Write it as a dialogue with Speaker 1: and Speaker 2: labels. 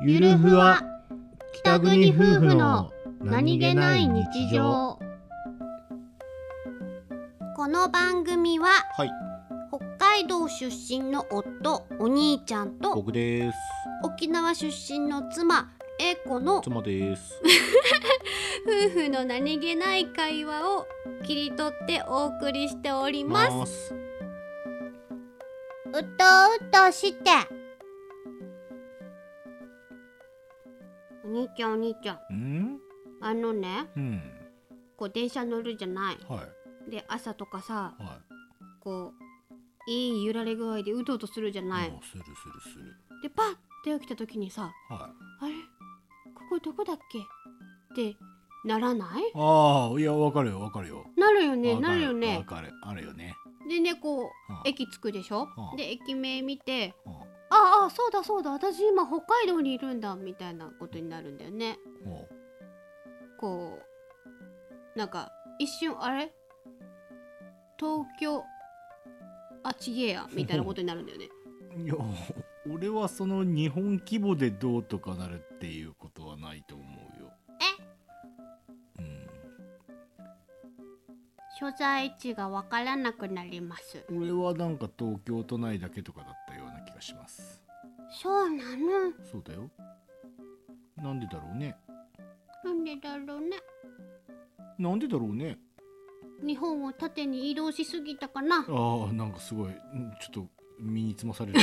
Speaker 1: ゆるふわ北国夫婦の
Speaker 2: この番組は
Speaker 1: はい
Speaker 2: 北海道出身の夫お兄ちゃんと
Speaker 1: 僕です
Speaker 2: 沖縄出身の妻英子の夫
Speaker 1: 妻です
Speaker 2: 婦の何気ない会話を切り取ってお送りしております
Speaker 1: す
Speaker 2: うとうとしてお兄ちゃんお兄ちゃん
Speaker 1: うん
Speaker 2: あのね
Speaker 1: うん
Speaker 2: こう電車乗るじゃない
Speaker 1: はい
Speaker 2: で朝とかさ
Speaker 1: は
Speaker 2: こういい揺られ具合でうとうとするじゃ
Speaker 1: い
Speaker 2: ない
Speaker 1: もうするするする
Speaker 2: でパッて起きた時にさ
Speaker 1: はい
Speaker 2: あれここどこだっけってならない
Speaker 1: ああいやわかるよわかるよ
Speaker 2: なるよね
Speaker 1: わか
Speaker 2: なるよ
Speaker 1: わ
Speaker 2: ね
Speaker 1: かるあるよね
Speaker 2: でねこ
Speaker 1: は
Speaker 2: う駅着くでしょ
Speaker 1: うん
Speaker 2: で駅名見て
Speaker 1: うん
Speaker 2: ああそうだそうだ私今北海道にいるんだみたいなことになるんだよね
Speaker 1: も
Speaker 2: こうなんか一瞬あれ東京あちげえやみたいなことになるんだよね
Speaker 1: ういや 俺はその日本規模でどうとかなるっていうことはないと思うよえうん
Speaker 2: 所在地がわからなくなります
Speaker 1: 俺はなんか東京都内だけとかだったような気がします
Speaker 2: そうなの
Speaker 1: そうだよなんでだろうね
Speaker 2: なんでだろうね
Speaker 1: なんでだろうね
Speaker 2: 日本を縦に移動しすぎたかな
Speaker 1: ああなんかすごいんちょっと身につまされる